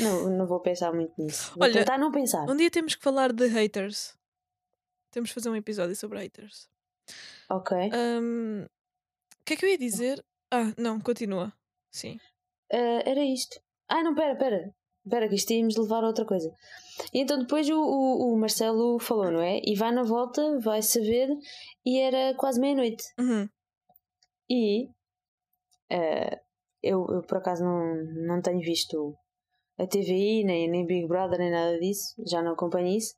A: Não, não vou pensar muito nisso. Vou
B: Olha,
A: tentar não pensar.
B: Um dia temos que falar de haters. Temos de fazer um episódio sobre haters.
A: Ok.
B: Ahm, O que é que eu ia dizer? Ah, não, continua. Sim.
A: Ah, era isto. Ah, não, pera, pera. Pera, que isto íamos levar a outra coisa. E então depois o, o- o Marcelo falou, não é? E vai na volta, vai saber, e era quase meia-noite.
B: Uhum.
A: E ah, eu, eu, por acaso não, não tenho visto a TVI, nem, nem Big Brother, nem nada disso, já não acompanho isso.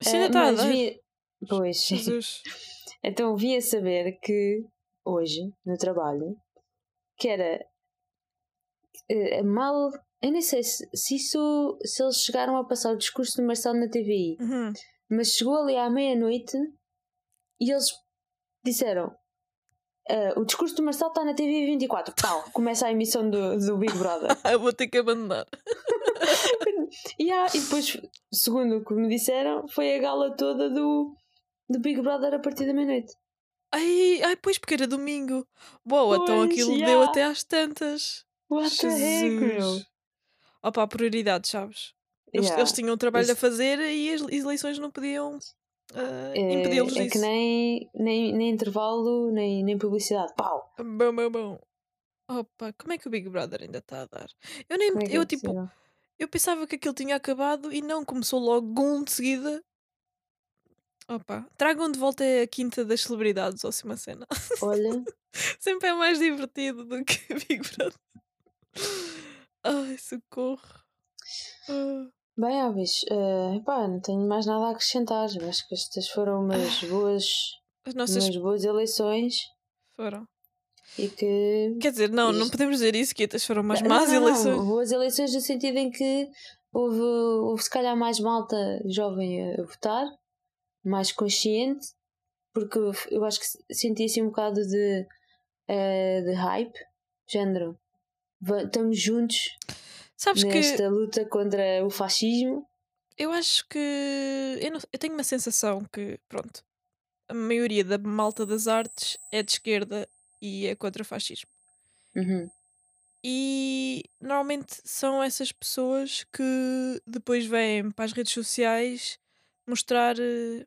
B: Isto
A: Ah,
B: ainda está a
A: mas
B: dar.
A: vi- Pois.
B: Jesus.
A: Então vi a saber que hoje, no trabalho, que era eh, mal. Eu nem sei se, se isso. se eles chegaram a passar o discurso do Marcelo na TVI,
B: Uhum.
A: mas chegou ali à meia-noite e eles disseram. "Ah, o discurso do Marcelo está na TV 24. Pau, começa a emissão do, do Big Brother.
B: Ah, vou ter que abandonar.
A: e, há- e depois, segundo o que me disseram, foi a gala toda do, do Big Brother a partir da meia-noite.
B: Ai, ai, pois, porque era domingo. Uau, então
A: Pois,
B: aquilo
A: já.
B: deu até às tantas.
A: What the heck, meu?
B: Opa, prioridades, sabes? Eles,
A: Yeah.
B: eles tinham um trabalho a
A: Isso-
B: fazer e as eleições não podiam ah,
A: É-
B: impedi-los
A: é
B: disso.
A: que nem, nem, nem intervalo, nem, nem publicidade. Pau!
B: Bom, bom, bom. Opa, como é que o Big Brother ainda está a dar? Eu nem,
A: Como é que
B: eu
A: é
B: tipo,
A: possível?
B: eu pensava que aquilo tinha acabado e não começou logo um de seguida. Opa, tragam de volta a quinta das celebridades, ou se uma cena.
A: Olha,
B: Sempre é mais divertido do que Big Brother. Ai, socorro. Ah,
A: bem, Aves, eh, pá, não tenho mais nada a acrescentar, mas que estas foram umas boas,
B: as nossas
A: umas boas eleições
B: foram.
A: e que.
B: Quer dizer, não, não
A: Isto-
B: podemos dizer isso, que estas foram mais
A: Não,
B: más
A: não, não,
B: eleições.
A: boas eleições no sentido em que houve, houve se calhar mais malta jovem a, a votar, mais consciente, porque eu- eu acho que se- senti assim um bocado de, eh, de hype, género. va- Estamos juntos,
B: Sabes que
A: nesta luta contra o fascismo.
B: Eu acho que. Eu, não- eu tenho uma sensação que, pronto, a maioria da malta das artes é de esquerda e é contra o fascismo.
A: Uhum.
B: E normalmente são essas pessoas que depois vêm para as redes sociais mostrar, eh,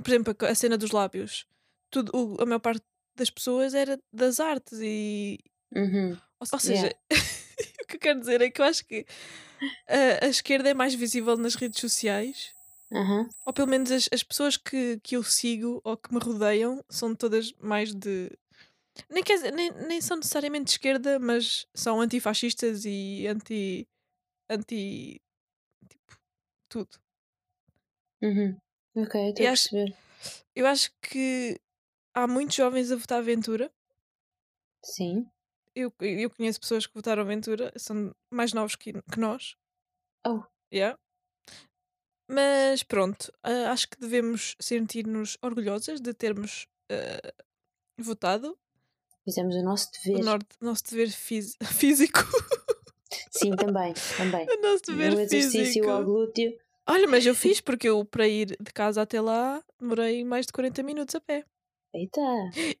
B: por exemplo, a co- a cena dos lábios. Tudo, o- a maior parte das pessoas era das artes e.
A: Uhum.
B: Ou, ou seja, o que eu quero dizer é que eu acho que a- a esquerda é mais visível nas redes sociais
A: Aham.
B: ou pelo menos as, as pessoas que, que eu sigo ou que me rodeiam são todas mais de. Nem, quer dizer- nem, nem são necessariamente de esquerda, mas são antifascistas e anti. anti. tipo. tudo.
A: Uhum. Ok, estou
B: E
A: a
B: acho-
A: perceber.
B: Eu acho que há muitos jovens a votar Ventura.
A: Sim.
B: Eu, eu conheço pessoas que votaram Ventura, são mais novos que, que nós.
A: Oh.
B: Yeah. Mas pronto, ah, acho que devemos sentir-nos orgulhosas de termos ah, votado
A: Fizemos o nosso
B: o
A: dever.
B: nor- nosso dever fisi- físico.
A: Sim, também, também.
B: o nosso
A: Um
B: dever
A: exercício
B: físico.
A: ao glúteo.
B: Olha, mas eu fiz porque eu para ir de casa até lá demorei mais de 40 minutos a pé.
A: Eita,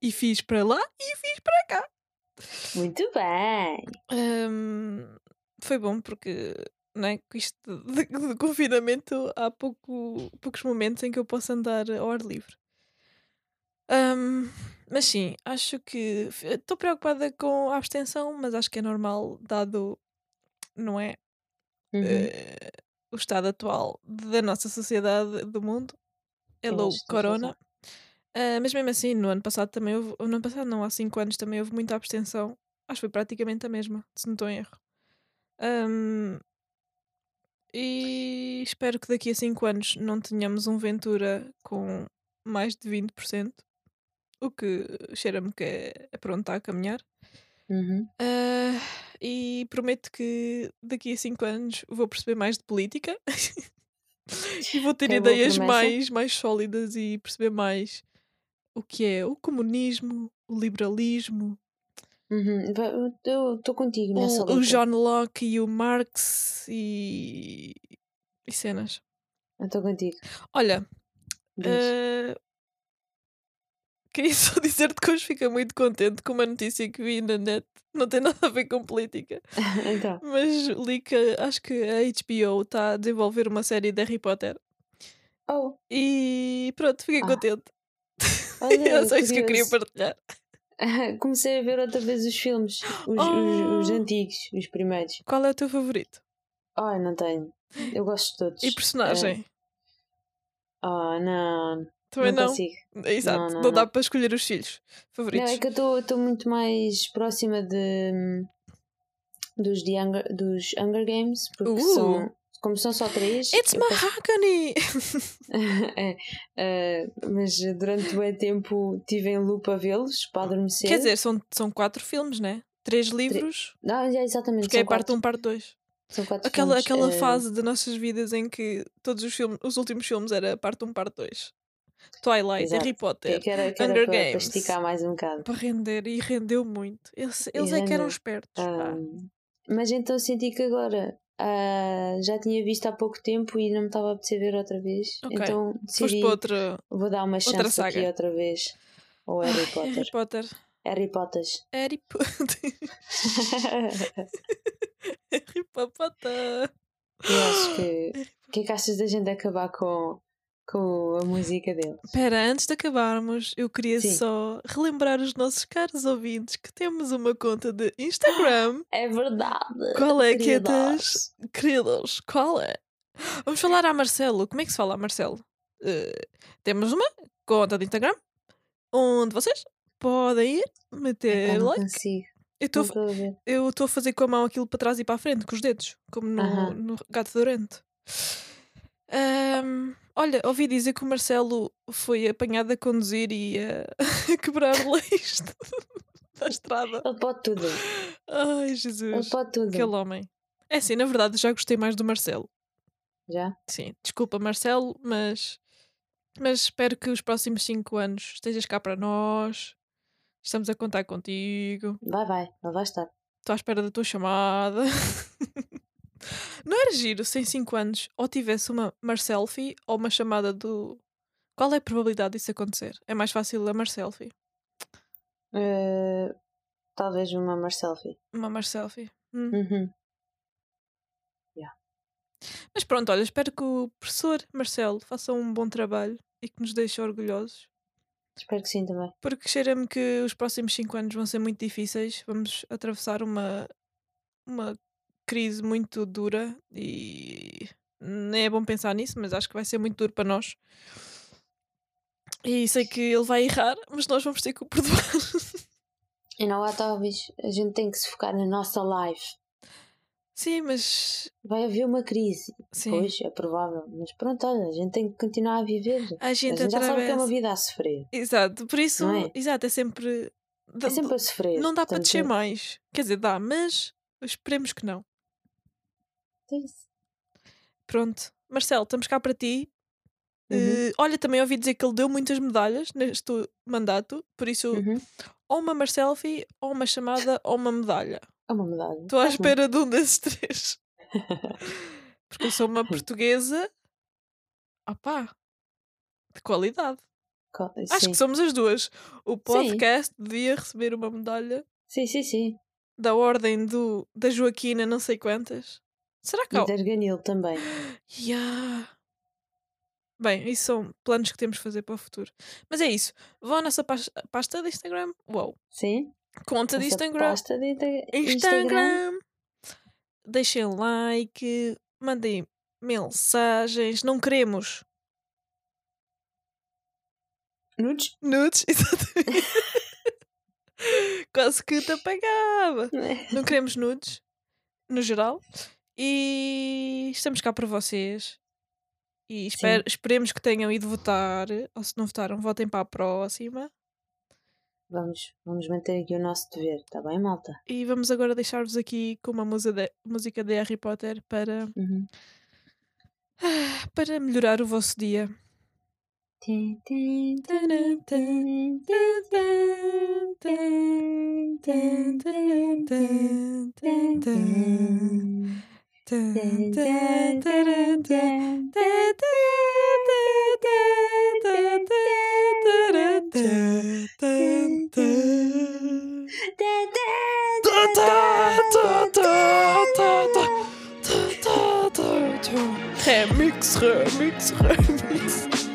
B: E fiz para lá e fiz para cá.
A: muito bem.
B: Ahm, foi bom porque não é, com isto de, de- de confinamento há pouco, poucos momentos em que eu posso andar ao ar livre. Ahm, mas sim, acho que estou preocupada com a abstenção, mas acho que é normal dado, não é?
A: Uhum.
B: eh, o estado atual da nossa sociedade, do mundo. Hello,
A: acho que tens
B: Corona.
A: razão.
B: Ah, mas mesmo assim, no ano passado também houve. No ano passado, não, há 5 anos também houve muita abstenção. Acho que foi praticamente a mesma, se não estou em erro. Ahm, e espero que daqui a 5 anos não tenhamos um Ventura com mais de 20%, o que cheira-me que é, é pronto está a caminhar.
A: Uhum.
B: Ah, e prometo que daqui a 5 anos vou perceber mais de política e vou ter
A: É boa
B: ideias
A: promessa.
B: mais, mais sólidas e perceber mais o que é o comunismo, o liberalismo,
A: Uhum. Va- eu- Eu estou contigo nessa
B: o,
A: luta.
B: o John Locke e o Marx e, e cenas.
A: Eu estou contigo.
B: Olha,
A: Diz.
B: ah, queria só dizer-te que hoje fiquei muito contente com uma notícia que vi na net. Não tem nada a ver com política.
A: então,
B: tá Mas li que acho que a HBO está a desenvolver uma série de Harry Potter
A: Oh,
B: E pronto, fiquei
A: Ah.
B: contente.
A: olha,
B: Era só isso que eu queria
A: curioso.
B: partilhar.
A: Comecei a ver outra vez os filmes, os,
B: Oh.
A: os, os antigos, os primeiros.
B: Qual é o teu favorito?
A: Oh, não tenho. Eu gosto de todos.
B: E personagem?
A: Oh, não.
B: Também
A: não,
B: não.
A: consigo.
B: Exato, não,
A: Não, não,
B: dá
A: não.
B: para escolher os filhos favoritos.
A: Não, é que eu estou muito mais próxima de, dos, de Hunger, dos Hunger Games, porque
B: Uh.
A: são. Como são só três.
B: It's
A: eu
B: mahogany!
A: É, eh, mas durante o tempo tive em lupa vê-los para adormecer.
B: Quer dizer, são, são quatro filmes, né? Três livros,
A: não, é exatamente.
B: porque
A: são
B: é parte
A: quatro,
B: 1, um, parte 2.
A: são quatro
B: Aquela,
A: filmes,
B: aquela
A: eh,
B: fase das nossas vidas em que todos os filmes, os últimos filmes era parte 1, um, parte 2. Twilight,
A: Exato.
B: Harry
A: que,
B: Potter.
A: que era, que era
B: Hunger
A: para, para
B: Games.
A: esticar mais um bocado.
B: Para render, e rendeu muito. Eles, eles é que
A: rendeu.
B: eram espertos. pá.
A: Ahm, mas então senti que agora ah, já tinha visto há pouco tempo e não me estava a apetecer ver outra vez.
B: Ok.
A: Então
B: Foste
A: decidi,
B: para outra.
A: vou dar uma chance aqui
B: saga.
A: outra vez. Ou
B: Ai,
A: Harry Potter. Harry
B: Harry Potter.
A: Potter.
B: Harry Potter. Harry Potter.
A: Eu acho que. O que é que achas da gente acabar com, com a música dele?
B: Espera, antes de acabarmos, eu queria
A: Sim.
B: só relembrar os nossos caros ouvintes que temos uma conta de Instagram.
A: É verdade.
B: Qual é que é das?
A: queridas.
B: Queridos, qual é? Vamos falar a Marcelo. Como é que se fala a Marcelo? Eh, temos uma conta de Instagram onde vocês podem ir meter
A: Epá, não
B: É like.
A: consigo.
B: Eu
A: Não
B: estou
A: estou a ver.
B: eu estou a fazer com a mão aquilo para trás e para a frente, com os dedos, como no,
A: Aham.
B: no gato dourante. Ahm, olha, ouvi dizer que o Marcelo foi apanhado a conduzir e a, a quebrar leis da estrada.
A: Ele pode tudo.
B: Ai,
A: Ele
B: Jesus.
A: pode tudo.
B: Aquele homem. É assim, na verdade, já gostei mais do Marcelo.
A: Já?
B: Sim, desculpa, Marcelo, mas. Mas espero que os próximos cinco anos estejas cá para nós. Estamos a contar contigo.
A: Vai, vai. Ele vai estar.
B: Estou à espera da tua chamada. Não era giro se em 5 anos ou tivesse uma Marselfie ou uma chamada do. Qual é a probabilidade disso acontecer? É mais fácil a Marselfie.
A: Eh, talvez uma Marcelfi.
B: Uma Marselfie. Hum.
A: Uhum.
B: Mas pronto, olha, espero que o professor Marcelo faça um bom trabalho e que nos deixe orgulhosos.
A: Espero que sim também.
B: Porque cheira-me que os próximos 5 anos vão ser muito difíceis. Vamos atravessar uma, uma crise muito dura e nem é bom pensar nisso, mas acho que vai ser muito duro para nós. E sei que ele vai errar, mas nós vamos ter que o perdoar.
A: E não há talvez. A gente tem que se focar na nossa live.
B: Sim, mas.
A: Vai haver uma crise.
B: Sim.
A: Pois, é provável. Mas pronto, olha, a gente tem que continuar a viver.
B: A
A: A
B: gente
A: gente já sabe que é uma
B: atravessa.
A: vida a sofrer.
B: Exato, por isso.
A: Não é?
B: Exato, é sempre.
A: É sempre assim. a sofrer.
B: Não dá para
A: portanto,
B: descer mais. Quer dizer, dá, mas esperemos que não.
A: tem-
B: Pronto. Marcelo, estamos cá para ti.
A: Uhum,
B: Eh, olha, também ouvi dizer que ele deu muitas medalhas neste mandato, por isso,
A: uhum.
B: ou uma Marselfie, ou uma chamada, ou uma medalha.
A: É uma medalha.
B: Estou à
A: Faz mal.
B: espera de um desses três. Porque eu sou uma portuguesa. Opá! De qualidade.
A: Co-
B: Acho
A: Sim.
B: que somos as duas. O podcast devia receber uma medalha
A: sim, sim, sim.
B: da ordem do, da Joaquina, não sei quantas. Será que há
A: E de Arganil também.
B: Ya. Bem, isso são planos que temos de fazer para o futuro. Mas é isso. Vão à nossa pas- pasta de Instagram. Uou.
A: Sim.
B: Conta de
A: Essa
B: Instagram.
A: pasta de Insta- Instagram.
B: Instagram. Deixem like. Mandem mensagens. Não queremos
A: Nudes.
B: nudes. Exatamente. Quase que te apagava. Não queremos nudes. No geral. E estamos cá para vocês. E esper- esperemos que tenham ido votar. Ou se não votaram, votem para a próxima.
A: Vamos, vamos manter aqui o nosso dever, está bem, malta?
B: E vamos agora deixar-vos aqui com uma musa de- música de Harry Potter para,
A: Uhum.
B: para melhorar o vosso dia.
A: Tum, tum, tum, tum, tum, tum, tum, tum, tum. Tum, tum, tum, tum, tum, tum. Tum, tum, tum, tum, tum, tum.
B: Remix. mix, remix, remix.